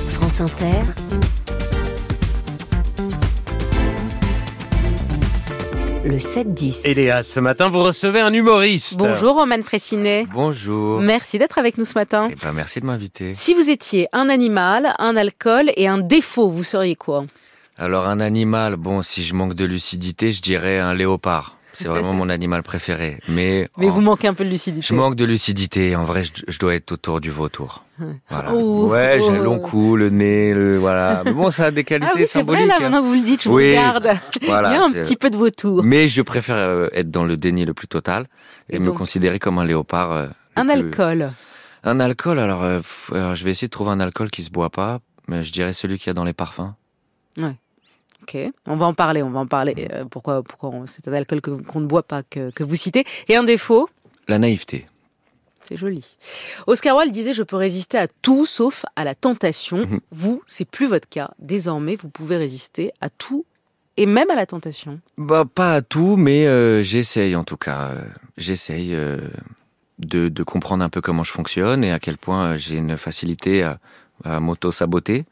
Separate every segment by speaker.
Speaker 1: France Inter, le 7-10.
Speaker 2: Et Léa, ce matin, vous recevez un humoriste.
Speaker 3: Bonjour Roman Frécinet.
Speaker 4: Bonjour.
Speaker 3: Merci d'être avec nous ce matin.
Speaker 4: Eh ben, merci de m'inviter.
Speaker 3: Si vous étiez un animal, un alcool et un défaut, vous seriez quoi
Speaker 4: Alors, un animal, bon, si je manque de lucidité, je dirais un léopard. C'est vraiment mon animal préféré. Mais,
Speaker 3: Mais
Speaker 4: en-
Speaker 3: vous manquez un peu de lucidité.
Speaker 4: Oh. je manque de lucidité. En vrai, je, je dois être autour du vautour. Voilà.
Speaker 3: Oh.
Speaker 4: ouais, j'ai le long cou, le nez, le, voilà. Mais bon, ça a des qualités
Speaker 3: Ah oui, c'est vrai,
Speaker 4: symboliques.
Speaker 3: là,
Speaker 4: hein.
Speaker 3: maintenant que vous le dites, je vous
Speaker 4: Oui,
Speaker 3: regarde.
Speaker 4: voilà,
Speaker 3: Il y a un
Speaker 4: c'est-
Speaker 3: petit peu de vautour.
Speaker 4: Mais je préfère euh, être dans le déni le plus total et,
Speaker 3: Et
Speaker 4: me
Speaker 3: donc
Speaker 4: considérer comme un léopard. euh, le
Speaker 3: Un
Speaker 4: plus-
Speaker 3: alcool.
Speaker 4: Un alcool, alors, euh, pff, alors, je vais essayer de trouver un alcool qui se boit pas. Mais je dirais celui qu'il y a dans les parfums.
Speaker 3: Ok, on va en parler, on va en parler. Euh, pourquoi pourquoi on- c'est un alcool que- qu'on ne boit pas, que, que vous citez. Et un défaut,
Speaker 4: La naïveté.
Speaker 3: c'est joli. Oscar Wilde disait « Je peux résister à tout sauf à la tentation ».
Speaker 4: Mhm.
Speaker 3: Vous, c'est plus votre cas. Désormais, vous pouvez résister à tout et même à la tentation.
Speaker 4: Bah, pas à tout, mais euh, j'essaye en tout cas. Euh, J'essaye euh, de, de comprendre un peu comment je fonctionne et à quel point euh, j'ai une facilité à, à m'auto-saboter.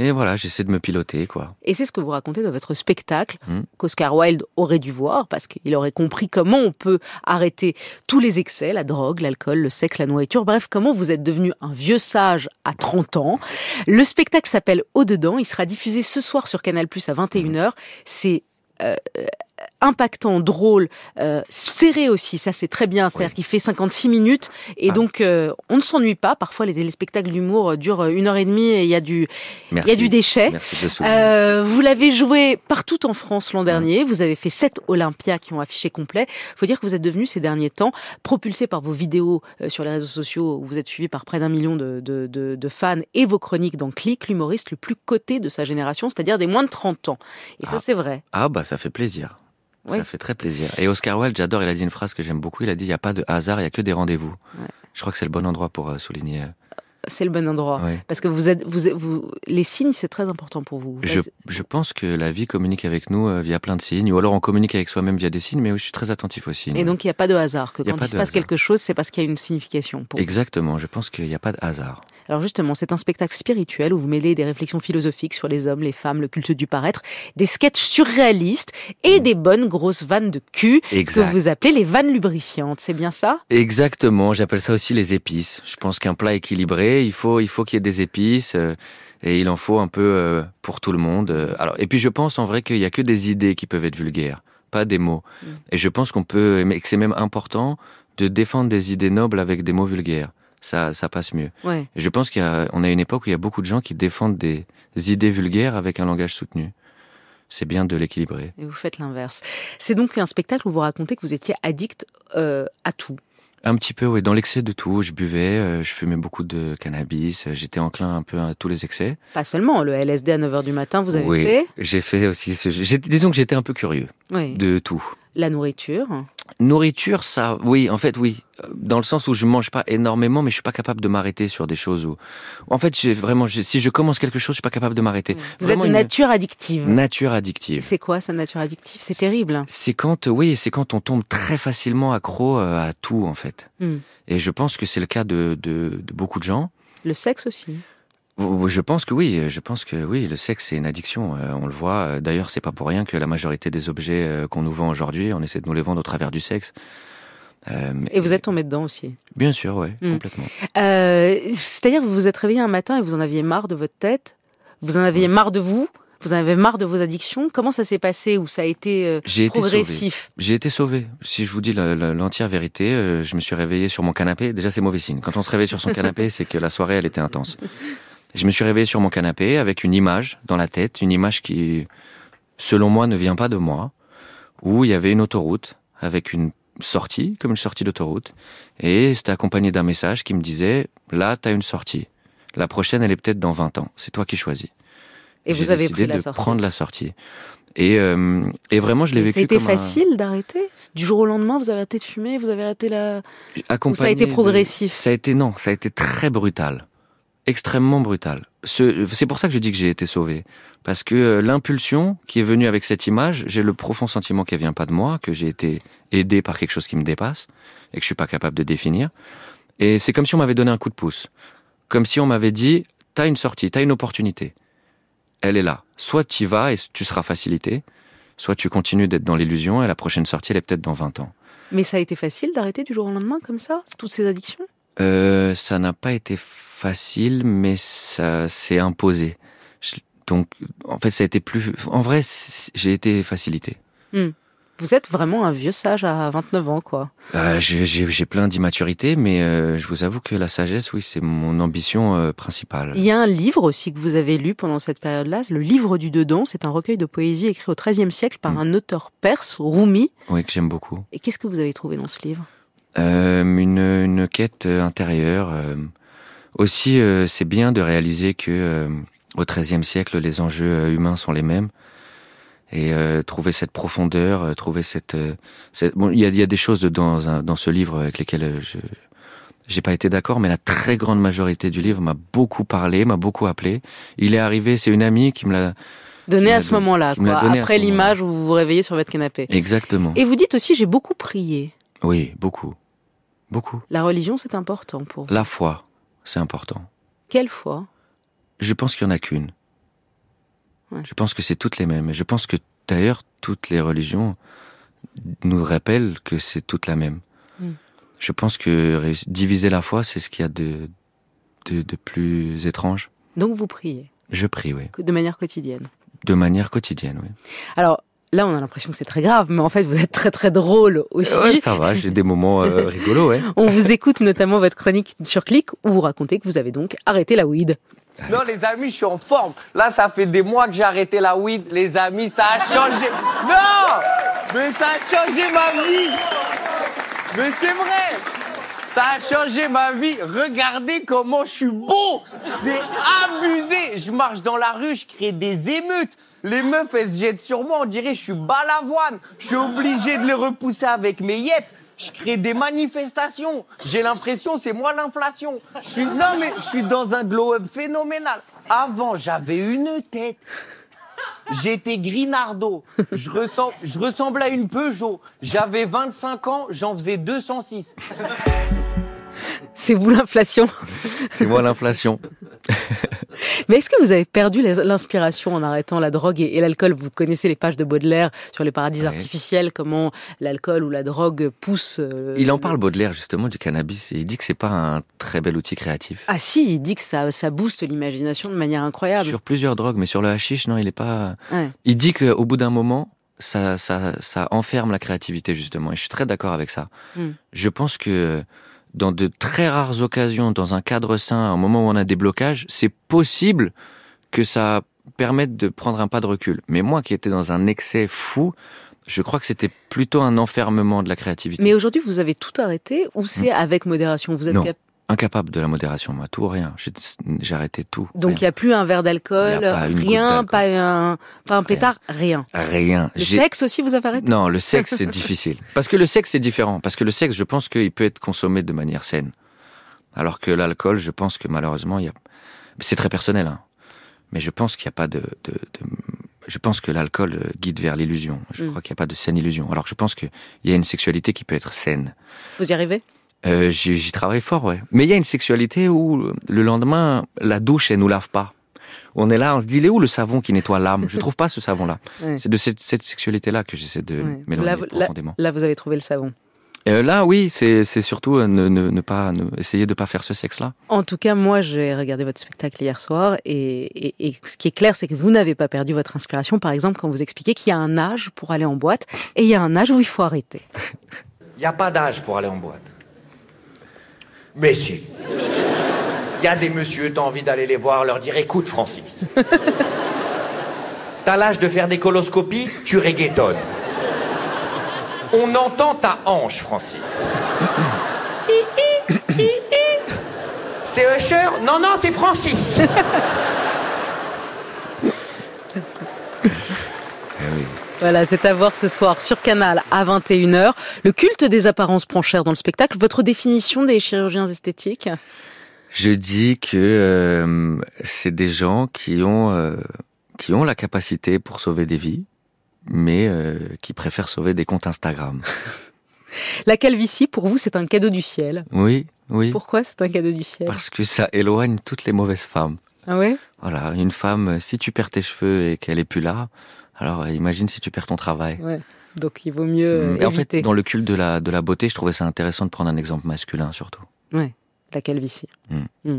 Speaker 4: Et voilà, j'essaie de me piloter, quoi.
Speaker 3: Et c'est ce que vous racontez dans votre spectacle
Speaker 4: Mhm.
Speaker 3: qu'Oscar Wilde aurait dû voir parce qu'il aurait compris comment on peut arrêter tous les excès, la drogue, l'alcool, le sexe, la nourriture, bref, comment vous êtes devenu un vieux sage à 30 ans. Le spectacle s'appelle Au-dedans, il sera diffusé ce soir sur Canal+, à 21h. C'est euh, euh, impactant, drôle, euh, serré aussi, ça c'est très bien, c'est-à-dire qu'il fait 56 minutes et
Speaker 4: Ah.
Speaker 3: donc euh, on ne s'ennuie pas, parfois les téléspectacles d'humour euh, durent une heure et demie et il y a du, il
Speaker 4: Merci.
Speaker 3: y a du déchet.
Speaker 4: Merci de le souligner.
Speaker 3: Euh, vous l'avez joué partout en France l'an dernier. Vous avez fait sept Olympias qui ont affiché complet. Faut dire que vous êtes devenu ces derniers temps propulsé par vos vidéos euh, sur les réseaux sociaux où vous êtes suivi par près d'un million de, de- de- de fans et vos chroniques dans Click, l'humoriste le plus coté de sa génération, c'est-à-dire des moins de 30 ans. Et ça,
Speaker 4: Ah.
Speaker 3: c'est vrai.
Speaker 4: Ah bah ça fait plaisir.
Speaker 3: Oui.
Speaker 4: Ça fait très plaisir. Et Oscar Wilde, j'adore, il a dit une phrase que j'aime beaucoup, il a dit il n'y a pas de hasard, il n'y a que des rendez-vous.
Speaker 3: Ouais.
Speaker 4: Je crois que c'est le bon endroit pour euh, souligner. euh,
Speaker 3: C'est le bon endroit.
Speaker 4: ouais.
Speaker 3: Parce que vous êtes, vous, êtes- vous- les signes, c'est très important pour vous.
Speaker 4: je,
Speaker 3: Là, c'est-
Speaker 4: je pense que la vie communique avec nous euh, via plein de signes, ou alors on communique avec soi-même via des signes, mais je suis très attentif aux signes.
Speaker 3: Et donc, il n'y a pas de hasard. Que
Speaker 4: Il y a
Speaker 3: quand
Speaker 4: pas
Speaker 3: il se
Speaker 4: de
Speaker 3: passe
Speaker 4: hasard.
Speaker 3: quelque chose, c'est parce qu'il y a une signification. Pour vous.
Speaker 4: Exactement, je pense qu'il n'y a pas de hasard.
Speaker 3: Alors justement, c'est un spectacle spirituel où vous mêlez des réflexions philosophiques sur les hommes, les femmes, le culte du paraître, des sketchs surréalistes et des bonnes grosses vannes de cul, ce que
Speaker 4: Mm. Exact.
Speaker 3: vous appelez les vannes lubrifiantes, c'est bien ça
Speaker 4: Exactement, j'appelle ça aussi les épices. Je pense qu'un plat équilibré, il faut il faut qu'il y ait des épices euh, et il en faut un peu euh, pour tout le monde. Euh, Alors et puis je pense en vrai qu'il y a que des idées qui peuvent être vulgaires, pas des mots.
Speaker 3: Mm.
Speaker 4: Et je pense qu'on peut mais que c'est même important de défendre des idées nobles avec des mots vulgaires. Ça ça passe mieux.
Speaker 3: Ouais.
Speaker 4: Et je pense qu'on a, on a une époque où il y a beaucoup de gens qui défendent des idées vulgaires avec un langage soutenu. C'est bien de l'équilibrer.
Speaker 3: Et vous faites l'inverse. C'est donc un spectacle où vous racontez que vous étiez addict euh, à tout.
Speaker 4: Un petit peu, oui. Dans l'excès de tout, je buvais, euh, je fumais beaucoup de cannabis, euh, j'étais enclin un peu à tous les excès.
Speaker 3: Pas seulement le LSD à 9h du matin, vous avez
Speaker 4: oui,
Speaker 3: fait
Speaker 4: J'ai fait aussi ce... j'ai- Disons que j'étais un peu curieux
Speaker 3: oui.
Speaker 4: de tout.
Speaker 3: la nourriture.
Speaker 4: Nourriture, ça, oui, en fait, oui. Dans le sens où je mange pas énormément, mais je suis pas capable de m'arrêter sur des choses où... En fait, j'ai vraiment, j'ai- si je commence quelque chose, je suis pas capable de m'arrêter.
Speaker 3: Vous êtes
Speaker 4: Vraiment
Speaker 3: de
Speaker 4: une Mm.
Speaker 3: nature addictive.
Speaker 4: nature addictive.
Speaker 3: C'est quoi sa nature addictive C'est terrible.
Speaker 4: C'est quand, euh, oui, c'est quand on tombe très facilement accro euh, à tout, en fait.
Speaker 3: Mm.
Speaker 4: Et je pense que c'est le cas de, de, de beaucoup de gens.
Speaker 3: Le sexe aussi.
Speaker 4: Je pense que oui, je pense que oui, le sexe c'est une addiction, euh, on le voit. Euh, D'ailleurs, c'est pas pour rien que la majorité des objets euh, qu'on nous vend aujourd'hui, on essaie de nous les vendre au travers du sexe. Euh,
Speaker 3: Et vous êtes tombé dedans aussi.
Speaker 4: Bien sûr, ouais,
Speaker 3: Mm.
Speaker 4: complètement.
Speaker 3: Euh, c'est-à-dire vous vous êtes réveillé un matin et vous en aviez marre de votre tête, vous en aviez marre de vous, vous en avez marre de vos addictions. Comment ça s'est passé ou ça a été euh,
Speaker 4: J'ai été sauvé.
Speaker 3: progressif
Speaker 4: J'ai été sauvé. Si je vous dis la- la- l'entière vérité, euh, je me suis réveillé sur mon canapé. Déjà, c'est mauvais signe. Quand on se réveille sur son canapé, c'est que la soirée, elle était intense. Je me suis réveillé sur mon canapé avec une image dans la tête, une image qui, selon moi, ne vient pas de moi, où il y avait une autoroute avec une sortie, comme une sortie d'autoroute, et c'était accompagné d'un message qui me disait, là, t'as une sortie. La prochaine, elle est peut-être dans 20 ans. C'est toi qui choisis.
Speaker 3: Et
Speaker 4: J'ai
Speaker 3: vous avez
Speaker 4: décidé
Speaker 3: pris la
Speaker 4: de
Speaker 3: sortie.
Speaker 4: prendre la sortie. Et, euh, et vraiment, je l'ai vécu
Speaker 3: ça a été
Speaker 4: comme un-
Speaker 3: facile d'arrêter Du jour au lendemain, vous avez arrêté de fumer, vous avez arrêté la. Ou
Speaker 4: accompagné
Speaker 3: ça a été
Speaker 4: de-
Speaker 3: progressif
Speaker 4: Ça a été non, ça a été très brutal, extrêmement brutal. Ce- C'est pour ça que je dis que j'ai été sauvé, parce que euh, l'impulsion qui est venue avec cette image, j'ai le profond sentiment qu'elle vient pas de moi, que j'ai été aidé par quelque chose qui me dépasse et que je suis pas capable de définir. Et c'est comme si on m'avait donné un coup de pouce, comme si on m'avait dit t'as une sortie, t'as une opportunité. Elle est là. Soit t'y vas et tu seras facilité, soit tu continues d'être dans l'illusion et la prochaine sortie, elle est peut-être dans 20 ans.
Speaker 3: Mais ça a été facile d'arrêter du jour au lendemain comme ça, toutes ces addictions
Speaker 4: Euh, ça n'a pas été facile, mais ça s'est imposé. Je- donc, en fait, ça a été plus. En vrai, c- j'ai été facilité.
Speaker 3: Vous êtes vraiment un vieux sage à 29 ans, quoi.
Speaker 4: Euh, j'ai- j'ai j'ai plein d'immaturité, mais euh, je vous avoue que la sagesse, oui, c'est mon ambition euh, principale.
Speaker 3: Il y a un livre aussi que vous avez lu pendant cette période-là, le livre du dedans, c'est un recueil de poésie écrit au XIIIe siècle par
Speaker 4: Mm.
Speaker 3: un auteur perse, Rumi.
Speaker 4: Oui, que j'aime beaucoup.
Speaker 3: Et qu'est-ce que vous avez trouvé dans ce livre
Speaker 4: Euh, une, une quête intérieure. euh. Aussi, euh, c'est bien de réaliser que euh, au XIIIe siècle, les enjeux euh, humains sont les mêmes. Et euh, trouver cette profondeur, euh, trouver cette, euh, cette- bon, il y a, il y a des choses dans un- dans ce livre avec lesquelles euh, je j'ai pas été d'accord, mais la très grande majorité du livre m'a beaucoup parlé, m'a beaucoup appelé. Il est arrivé, c'est une amie qui me l'a
Speaker 3: Donné
Speaker 4: Qui me
Speaker 3: à
Speaker 4: l'a
Speaker 3: ce
Speaker 4: donné-
Speaker 3: moment-là,
Speaker 4: qui me l'a
Speaker 3: quoi,
Speaker 4: donné à ce
Speaker 3: après
Speaker 4: moment-là.
Speaker 3: l'image où vous vous réveillez sur votre canapé.
Speaker 4: exactement.
Speaker 3: Et vous dites aussi, j'ai beaucoup prié.
Speaker 4: Oui, beaucoup, beaucoup.
Speaker 3: La religion, c'est important pour vous.
Speaker 4: La foi, c'est important.
Speaker 3: Quelle foi
Speaker 4: Je pense qu'il n'y en a qu'une.
Speaker 3: Ouais.
Speaker 4: Je pense que c'est toutes les mêmes. Et Je pense que d'ailleurs, toutes les religions nous rappellent que c'est toutes la même.
Speaker 3: Mm.
Speaker 4: Je pense que réuss- diviser la foi, c'est ce qu'il y a de, de, de plus étrange.
Speaker 3: Donc vous priez,
Speaker 4: Je prie, oui.
Speaker 3: de manière quotidienne.
Speaker 4: De manière quotidienne, oui.
Speaker 3: Alors là, on a l'impression que c'est très grave, mais en fait, vous êtes très très drôle aussi.
Speaker 4: Ouais, ça va, j'ai des moments euh, rigolos, ouais.
Speaker 3: On vous écoute notamment votre chronique sur Click où vous racontez que vous avez donc arrêté la weed.
Speaker 5: Non, les amis, je suis en forme. Là, ça fait des mois que j'ai arrêté la weed. Les amis, ça a changé. Non Mais ça a changé ma vie. Mais c'est vrai. Ça a changé ma vie. Regardez comment je suis beau. C'est abusé. Je marche dans la rue, je crée des émeutes. Les meufs, elles se jettent sur moi. On dirait que je suis balavoine. Je suis obligé de les repousser avec mes yep. Je crée des manifestations. J'ai l'impression, c'est moi l'inflation. Je suis, non, mais je suis dans un glow-up phénoménal. Avant, j'avais une tête. J'étais Grinardo. Je, ressem- je ressemblais à une Peugeot. J'avais 25 ans, j'en faisais 206.
Speaker 3: C'est vous l'inflation.
Speaker 4: C'est moi l'inflation.
Speaker 3: Mais est-ce que vous avez perdu les- l'inspiration en arrêtant la drogue et, et l'alcool Vous connaissez les pages de Baudelaire sur les paradis
Speaker 4: Ouais.
Speaker 3: artificiels, comment l'alcool ou la drogue pousse. euh,
Speaker 4: Il en
Speaker 3: le-
Speaker 4: parle Baudelaire justement du cannabis et il dit que c'est pas un très bel outil créatif.
Speaker 3: Ah si, il dit que ça, ça booste l'imagination de manière incroyable.
Speaker 4: Sur plusieurs drogues, mais sur le hashish, non, il est pas.
Speaker 3: Ouais.
Speaker 4: Il dit qu'au bout d'un moment, ça, ça, ça enferme la créativité, justement. Et je suis très d'accord avec ça.
Speaker 3: Mm.
Speaker 4: Je pense que dans de très rares occasions, dans un cadre sain, à un moment où on a des blocages, c'est possible que ça permette de prendre un pas de recul. Mais moi qui étais dans un excès fou, je crois que c'était plutôt un enfermement de la créativité.
Speaker 3: Mais aujourd'hui, vous avez tout arrêté ou c'est avec modération Vous êtes
Speaker 4: Non.
Speaker 3: cap-
Speaker 4: Incapable de la modération, moi, tout, rien. J'ai- J'ai arrêté tout.
Speaker 3: donc il n'y a plus un verre d'alcool,
Speaker 4: Il y a pas une goutte
Speaker 3: rien,
Speaker 4: d'alcool.
Speaker 3: pas un, pas un pétard, rien.
Speaker 4: rien. Rien.
Speaker 3: Le
Speaker 4: J'ai-
Speaker 3: sexe aussi, vous avez arrêté
Speaker 4: Non, le sexe, c'est difficile. Parce que le sexe, c'est différent. Parce que le sexe, je pense qu'il peut être consommé de manière saine. Alors que l'alcool, je pense que malheureusement, il y a... c'est très personnel. hein. Mais je pense qu'il n'y a pas de, de- de- Je pense que l'alcool euh, guide vers l'illusion. Je
Speaker 3: Mm.
Speaker 4: crois qu'il n'y a pas de saine illusion. Alors que je pense qu'il y a une sexualité qui peut être saine.
Speaker 3: Vous y arrivez
Speaker 4: Euh, J'y j'y travaille fort, ouais. Mais il y a une sexualité où euh, le lendemain, la douche, elle nous lave pas. On est là, on se dit, il est où le savon qui nettoie l'âme Je trouve pas ce savon-là.
Speaker 3: Ouais.
Speaker 4: C'est de cette, cette sexualité-là que j'essaie de
Speaker 3: Ouais.
Speaker 4: m'éloigner
Speaker 3: Là, vous-
Speaker 4: profondément.
Speaker 3: Là, vous avez trouvé le savon.
Speaker 4: Euh, là, oui, c'est c'est surtout euh, ne, ne, ne pas ne- essayer de pas faire ce sexe-là.
Speaker 3: En tout cas, moi, j'ai regardé votre spectacle hier soir et, et- et ce qui est clair, c'est que vous n'avez pas perdu votre inspiration. Par exemple, quand vous expliquez qu'il y a un âge pour aller en boîte et il y a un âge où il faut arrêter.
Speaker 5: Il n'y a pas d'âge pour aller en boîte. Mais si. Il y a des messieurs, t'as envie d'aller les voir, leur dire écoute Francis. T'as l'âge de faire des coloscopies, tu reggaetonnes. On entend ta hanche, Francis. Hi, hi, hi, hi. c'est Usher Non, non, c'est Francis.
Speaker 3: Voilà, c'est à voir ce soir sur Canal à 21h. Le culte des apparences prend cher dans le spectacle. Votre définition des chirurgiens esthétiques
Speaker 4: Je dis que euh, c'est des gens qui ont euh, qui ont la capacité pour sauver des vies, mais euh, qui préfèrent sauver des comptes Instagram.
Speaker 3: La calvitie, pour vous, c'est un cadeau du ciel.
Speaker 4: Oui, oui,
Speaker 3: Pourquoi c'est un cadeau du ciel
Speaker 4: parce que ça éloigne toutes les mauvaises femmes.
Speaker 3: Ah ouais
Speaker 4: Voilà, une femme, si tu perds tes cheveux et qu'elle est plus là, alors euh, imagine si tu perds ton travail. Mm,
Speaker 3: Ouais. Donc il vaut mieux
Speaker 4: et Mmh, en fait,
Speaker 3: éviter
Speaker 4: dans le culte de la, de la beauté, je trouvais ça intéressant de prendre un exemple masculin surtout.
Speaker 3: la calvitie.
Speaker 4: Mm.
Speaker 3: Mm.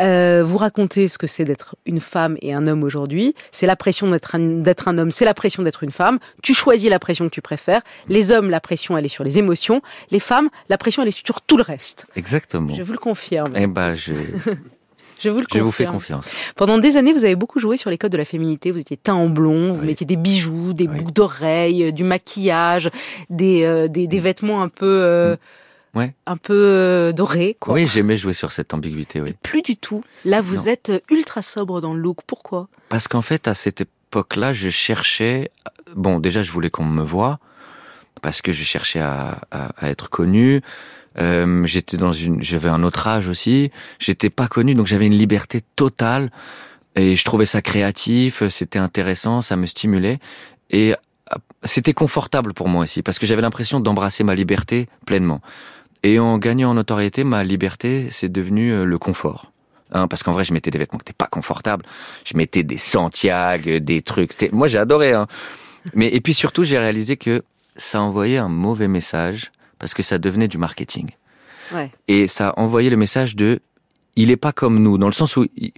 Speaker 3: Euh, vous racontez ce que c'est d'être une femme et un homme aujourd'hui. C'est la pression d'être un, d'être un homme, c'est la pression d'être une femme. Tu choisis la pression que tu préfères. Les hommes, la pression, elle est sur les émotions. Les femmes, la pression, elle est sur tout le reste.
Speaker 4: Exactement.
Speaker 3: Je vous le confirme.
Speaker 4: Eh ben, je,
Speaker 3: Je vous le
Speaker 4: je vous fais
Speaker 3: confirme.
Speaker 4: confiance.
Speaker 3: Pendant des années, vous avez beaucoup joué sur les codes de la féminité. Vous étiez teint en blond, vous
Speaker 4: Oui.
Speaker 3: mettiez des bijoux, des
Speaker 4: Oui.
Speaker 3: boucles d'oreilles, euh, du maquillage, des, euh, des, des vêtements un peu, euh,
Speaker 4: Hmm. Ouais.
Speaker 3: un peu euh, dorés. Quoi.
Speaker 4: Oui, j'aimais jouer sur cette ambiguïté, oui.
Speaker 3: Plus du tout. Là, vous
Speaker 4: Non.
Speaker 3: êtes euh, ultra sobre dans le look. Pourquoi
Speaker 4: Parce qu'en fait, à cette époque-là, je cherchais. Bon, déjà, je voulais qu'on me voie, parce que je cherchais à, à- à être connu. Euh, j'étais dans une, j'avais un autre âge aussi. J'étais pas connu, donc j'avais une liberté totale, et je trouvais ça créatif. C'était intéressant, ça me stimulait, et euh, c'était confortable pour moi aussi, parce que j'avais l'impression d'embrasser ma liberté pleinement. Et en gagnant en notoriété, ma liberté, c'est devenu euh, le confort. Hein, parce qu'en vrai, je mettais des vêtements qui n'étaient pas confortables. Je mettais des Santiago, des trucs. T'es- Moi, j'ai adoré. Hein. Mais et puis surtout, j'ai réalisé que ça envoyait un mauvais message parce que ça devenait du marketing.
Speaker 3: Ouais.
Speaker 4: Et ça envoyait le message de il est pas comme nous dans le sens où il,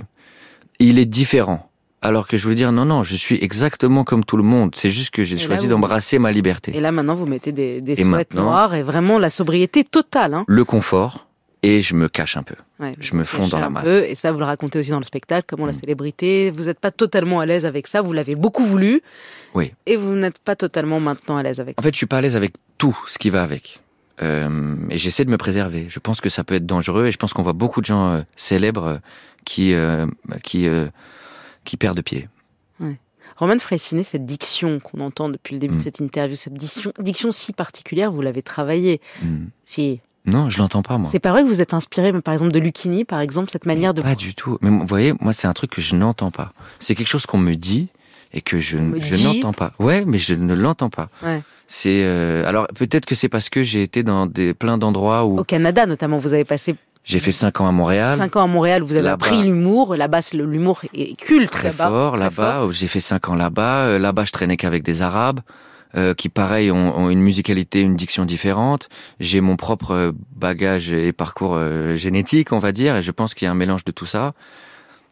Speaker 4: il est différent. Alors que je voulais dire non non, je suis exactement comme tout le monde. C'est juste que j'ai
Speaker 3: Et là,
Speaker 4: choisi
Speaker 3: vous-
Speaker 4: d'embrasser ma liberté.
Speaker 3: Et là, maintenant, vous mettez des, des
Speaker 4: Et
Speaker 3: sweats
Speaker 4: maintenant-
Speaker 3: noirs et vraiment la sobriété totale. Hein.
Speaker 4: Le confort et je me cache un peu.
Speaker 3: Ouais,
Speaker 4: Je
Speaker 3: vous
Speaker 4: me
Speaker 3: vous
Speaker 4: fonds dans
Speaker 3: cachez
Speaker 4: la
Speaker 3: un
Speaker 4: masse.
Speaker 3: peu, et ça, vous le racontez aussi dans le spectacle, comment la
Speaker 4: Mm.
Speaker 3: célébrité, vous n'êtes pas totalement à l'aise avec ça, vous l'avez beaucoup voulu.
Speaker 4: Oui.
Speaker 3: Et vous n'êtes pas totalement maintenant à l'aise avec
Speaker 4: En fait, je suis pas à l'aise avec tout ce qui va avec. Euh, et j'essaie de me préserver. Je pense que ça peut être dangereux et je pense qu'on voit beaucoup de gens euh, célèbres euh, qui euh, qui euh, qui perdent pied.
Speaker 3: Roman Fraissinet, cette diction qu'on entend depuis le début
Speaker 4: Mm.
Speaker 3: de cette interview, cette diction, diction si particulière, vous l'avez travaillée.
Speaker 4: Hmm.
Speaker 3: Si.
Speaker 4: Non, je l'entends pas moi.
Speaker 3: C'est pas vrai que vous êtes inspiré, mais, par exemple, de Lucchini, par exemple, cette manière de.
Speaker 4: Pas du tout. Mais vous voyez, moi c'est un truc que je n'entends pas. C'est quelque chose qu'on me dit et que je,
Speaker 3: me
Speaker 4: je
Speaker 3: dit.
Speaker 4: n'entends pas. Ouais, mais je ne l'entends pas.
Speaker 3: Ouais.
Speaker 4: C'est euh, alors peut-être que c'est parce que j'ai été dans des plein d'endroits où
Speaker 3: Au Canada, notamment, vous avez passé
Speaker 4: j'ai fait cinq ans à Montréal.
Speaker 3: cinq ans à Montréal, vous avez
Speaker 4: là-bas.
Speaker 3: appris l'humour. Là-bas, c'est le- l'humour est culte.
Speaker 4: très
Speaker 3: là-bas,
Speaker 4: fort
Speaker 3: très fort.
Speaker 4: là-bas. J'ai fait cinq ans là-bas. Euh, Là-bas, je traînais qu'avec des Arabes. euh, qui pareil ont, ont une musicalité, une diction différente. J'ai mon propre euh, bagage et parcours euh, génétique, on va dire, et je pense qu'il y a un mélange de tout ça.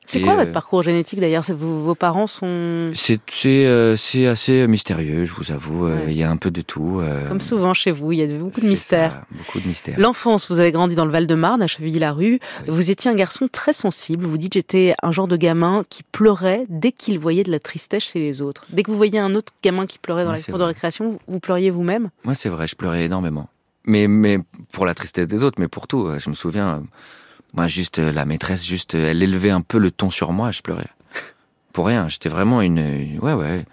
Speaker 3: C'est
Speaker 4: Et,
Speaker 3: quoi
Speaker 4: euh,
Speaker 3: votre parcours génétique d'ailleurs C'est- vos, vos parents sont
Speaker 4: C'est c'est euh, c'est assez mystérieux, je vous avoue. euh,
Speaker 3: Ouais.
Speaker 4: Il y a un peu de tout. euh,
Speaker 3: comme souvent chez vous, il y a beaucoup de
Speaker 4: c'est
Speaker 3: mystères.
Speaker 4: ça, beaucoup de mystères.
Speaker 3: L'enfance, vous avez grandi dans le Val-de-Marne, à Chevilly-la-Rue.
Speaker 4: Oui.
Speaker 3: Vous étiez un garçon très sensible. Vous dites j'étais un genre de gamin qui pleurait dès qu'il voyait de la tristesse chez les autres. Dès que vous voyez un autre gamin qui pleurait dans
Speaker 4: Ouais,
Speaker 3: la
Speaker 4: c'est
Speaker 3: cour de
Speaker 4: vrai.
Speaker 3: récréation, vous- vous pleuriez vous-même.
Speaker 4: Moi, c'est vrai, je pleurais énormément. Mais, mais pour la tristesse des autres, mais pour tout. euh, Je me souviens, euh, moi, juste euh, la maîtresse, juste, euh, elle élevait un peu le ton sur moi, je pleurais. Pour rien. J'étais vraiment une. une- Ouais, ouais.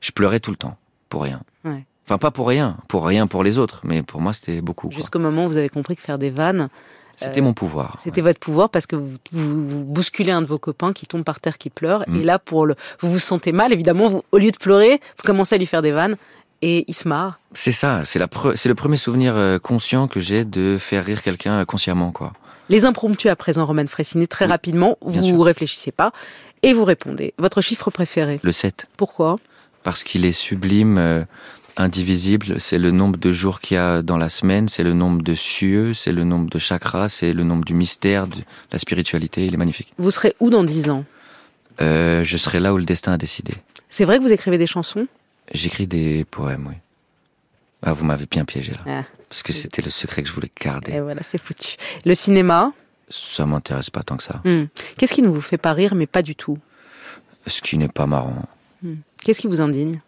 Speaker 4: Je pleurais tout le temps. Pour rien.
Speaker 3: Ouais.
Speaker 4: Enfin, pas pour rien. Pour rien pour les autres. Mais pour moi, c'était beaucoup. quoi.
Speaker 3: Jusqu'au moment où vous avez compris que faire des vannes,
Speaker 4: C'était
Speaker 3: euh,
Speaker 4: mon pouvoir.
Speaker 3: c'était votre pouvoir parce que vous, vous- vous bousculez un de vos copains qui tombe par terre, qui pleure.
Speaker 4: Mm.
Speaker 3: Et là, pour le, vous vous sentez mal. Évidemment, vous, au lieu de pleurer, vous commencez à lui faire des vannes et il se marre.
Speaker 4: C'est ça. C'est la pre- c'est le premier souvenir euh, conscient que j'ai de faire rire quelqu'un euh, consciemment, quoi.
Speaker 3: Les impromptus à présent, Roman Fraissinet, très
Speaker 4: Oui,
Speaker 3: rapidement,
Speaker 4: bien
Speaker 3: vous
Speaker 4: sûr.
Speaker 3: réfléchissez pas et vous répondez. Votre chiffre préféré,
Speaker 4: Le 7.
Speaker 3: pourquoi
Speaker 4: Parce qu'il est sublime. euh, indivisible, c'est le nombre de jours qu'il y a dans la semaine, c'est le nombre de cieux, c'est le nombre de chakras, c'est le nombre du mystère, de la spiritualité, il est magnifique.
Speaker 3: Vous serez où dans 10 ans
Speaker 4: Euh, je serai là où le destin a décidé.
Speaker 3: C'est vrai que vous écrivez des chansons
Speaker 4: J'écris des poèmes, oui. Ah, vous m'avez bien piégé là.
Speaker 3: Ah. Eh
Speaker 4: Parce que c'était le secret que je voulais
Speaker 3: Et
Speaker 4: garder.
Speaker 3: voilà, c'est foutu. Le cinéma,
Speaker 4: Ça m'intéresse pas tant que ça.
Speaker 3: hmm. qu'est-ce qui ne vous fait pas rire, mais pas du tout
Speaker 4: Ce qui n'est pas marrant.
Speaker 3: Qu'est-ce qui vous indigne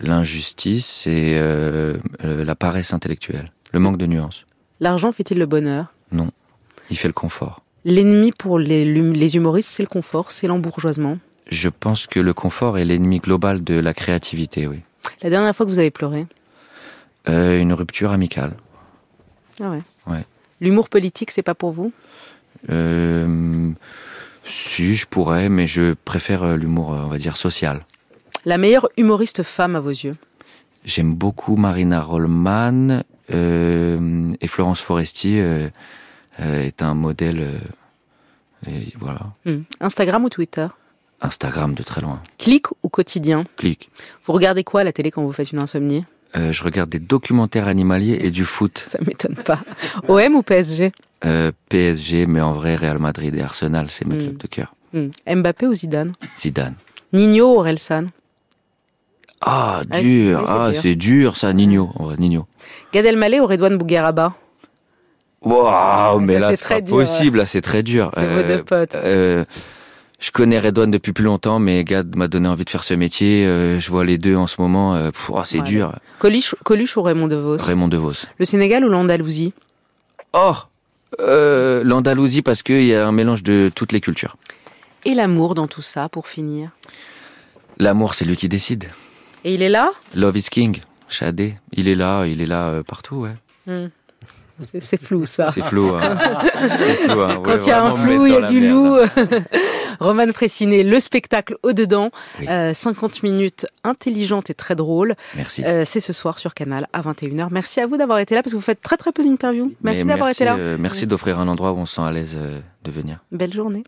Speaker 4: L'injustice et euh, euh, la paresse intellectuelle. Le manque de nuances.
Speaker 3: L'argent fait-il le bonheur
Speaker 4: Il fait le confort.
Speaker 3: L'ennemi pour les, lum- les humoristes, c'est le confort, c'est l'embourgeoisement.
Speaker 4: Je pense que le confort est l'ennemi global de la créativité, oui.
Speaker 3: La dernière fois que vous avez pleuré
Speaker 4: Euh, une rupture amicale.
Speaker 3: ah ouais.
Speaker 4: Ouais.
Speaker 3: L'humour politique, c'est pas pour vous
Speaker 4: Euh, si, je pourrais, mais je préfère euh, l'humour, euh, on va dire, social.
Speaker 3: La meilleure humoriste femme à vos yeux
Speaker 4: J'aime beaucoup Marina Rollman euh, et Florence Foresti euh, euh, est un modèle euh, Et voilà.
Speaker 3: Hmm. Instagram ou Twitter
Speaker 4: Instagram de très loin.
Speaker 3: Clic ou quotidien
Speaker 4: Clique.
Speaker 3: Vous regardez quoi à la télé quand vous faites une insomnie
Speaker 4: Euh, je regarde des documentaires animaliers et du foot.
Speaker 3: Ça m'étonne pas. OM ou PSG
Speaker 4: Euh, PSG, mais en vrai, Real Madrid et Arsenal, c'est mes
Speaker 3: Mm.
Speaker 4: clubs de cœur.
Speaker 3: Hmm. Mbappé ou Zidane
Speaker 4: Zidane.
Speaker 3: Nino ou Orelsan
Speaker 4: Ah,
Speaker 3: Ah, c'est-
Speaker 4: dur.
Speaker 3: oui, c'est
Speaker 4: Ah,
Speaker 3: dur.
Speaker 4: c'est dur, ça, Nino. En vrai, Nino.
Speaker 3: Gad Elmaleh ou Redouane Bougueraba
Speaker 4: Waouh, mais
Speaker 3: Ça,
Speaker 4: là,
Speaker 3: c'est
Speaker 4: c'est
Speaker 3: très
Speaker 4: pas
Speaker 3: dur,
Speaker 4: possible. Là, c'est très dur.
Speaker 3: C'est vos
Speaker 4: Euh,
Speaker 3: deux potes.
Speaker 4: euh, je connais Redouane depuis plus longtemps, mais Gad m'a donné envie de faire ce métier. Euh, je vois les deux en ce moment. euh, pff, oh, c'est
Speaker 3: Ouais.
Speaker 4: dur.
Speaker 3: Coluche, Coluche ou Raymond Devos
Speaker 4: Raymond DeVos.
Speaker 3: Le Sénégal ou l'Andalousie
Speaker 4: Or, euh, l'Andalousie, parce qu'il y a un mélange de toutes les cultures.
Speaker 3: Et l'amour dans tout ça, pour finir
Speaker 4: L'amour, c'est lui qui décide.
Speaker 3: Et il est là
Speaker 4: Love is King, Shadé. Il est là, il est là euh, partout, ouais.
Speaker 3: C'est- C'est flou ça.
Speaker 4: C'est flou, hein. C'est flou, hein.
Speaker 3: Quand
Speaker 4: Ouais,
Speaker 3: il y a un
Speaker 4: vraiment,
Speaker 3: flou,
Speaker 4: on est
Speaker 3: il y a
Speaker 4: dans
Speaker 3: du
Speaker 4: la merde,
Speaker 3: loup.
Speaker 4: hein.
Speaker 3: Roman Préciné, le spectacle au-dedans.
Speaker 4: Oui.
Speaker 3: Euh, 50 minutes intelligentes et très drôles.
Speaker 4: Merci.
Speaker 3: Euh, C'est ce soir sur Canal à 21h. Merci à vous d'avoir été là parce que vous faites très très peu d'interviews. Merci
Speaker 4: Mais
Speaker 3: d'avoir été là.
Speaker 4: euh, merci d'offrir un endroit où on se sent à l'aise euh, de venir.
Speaker 3: Belle journée.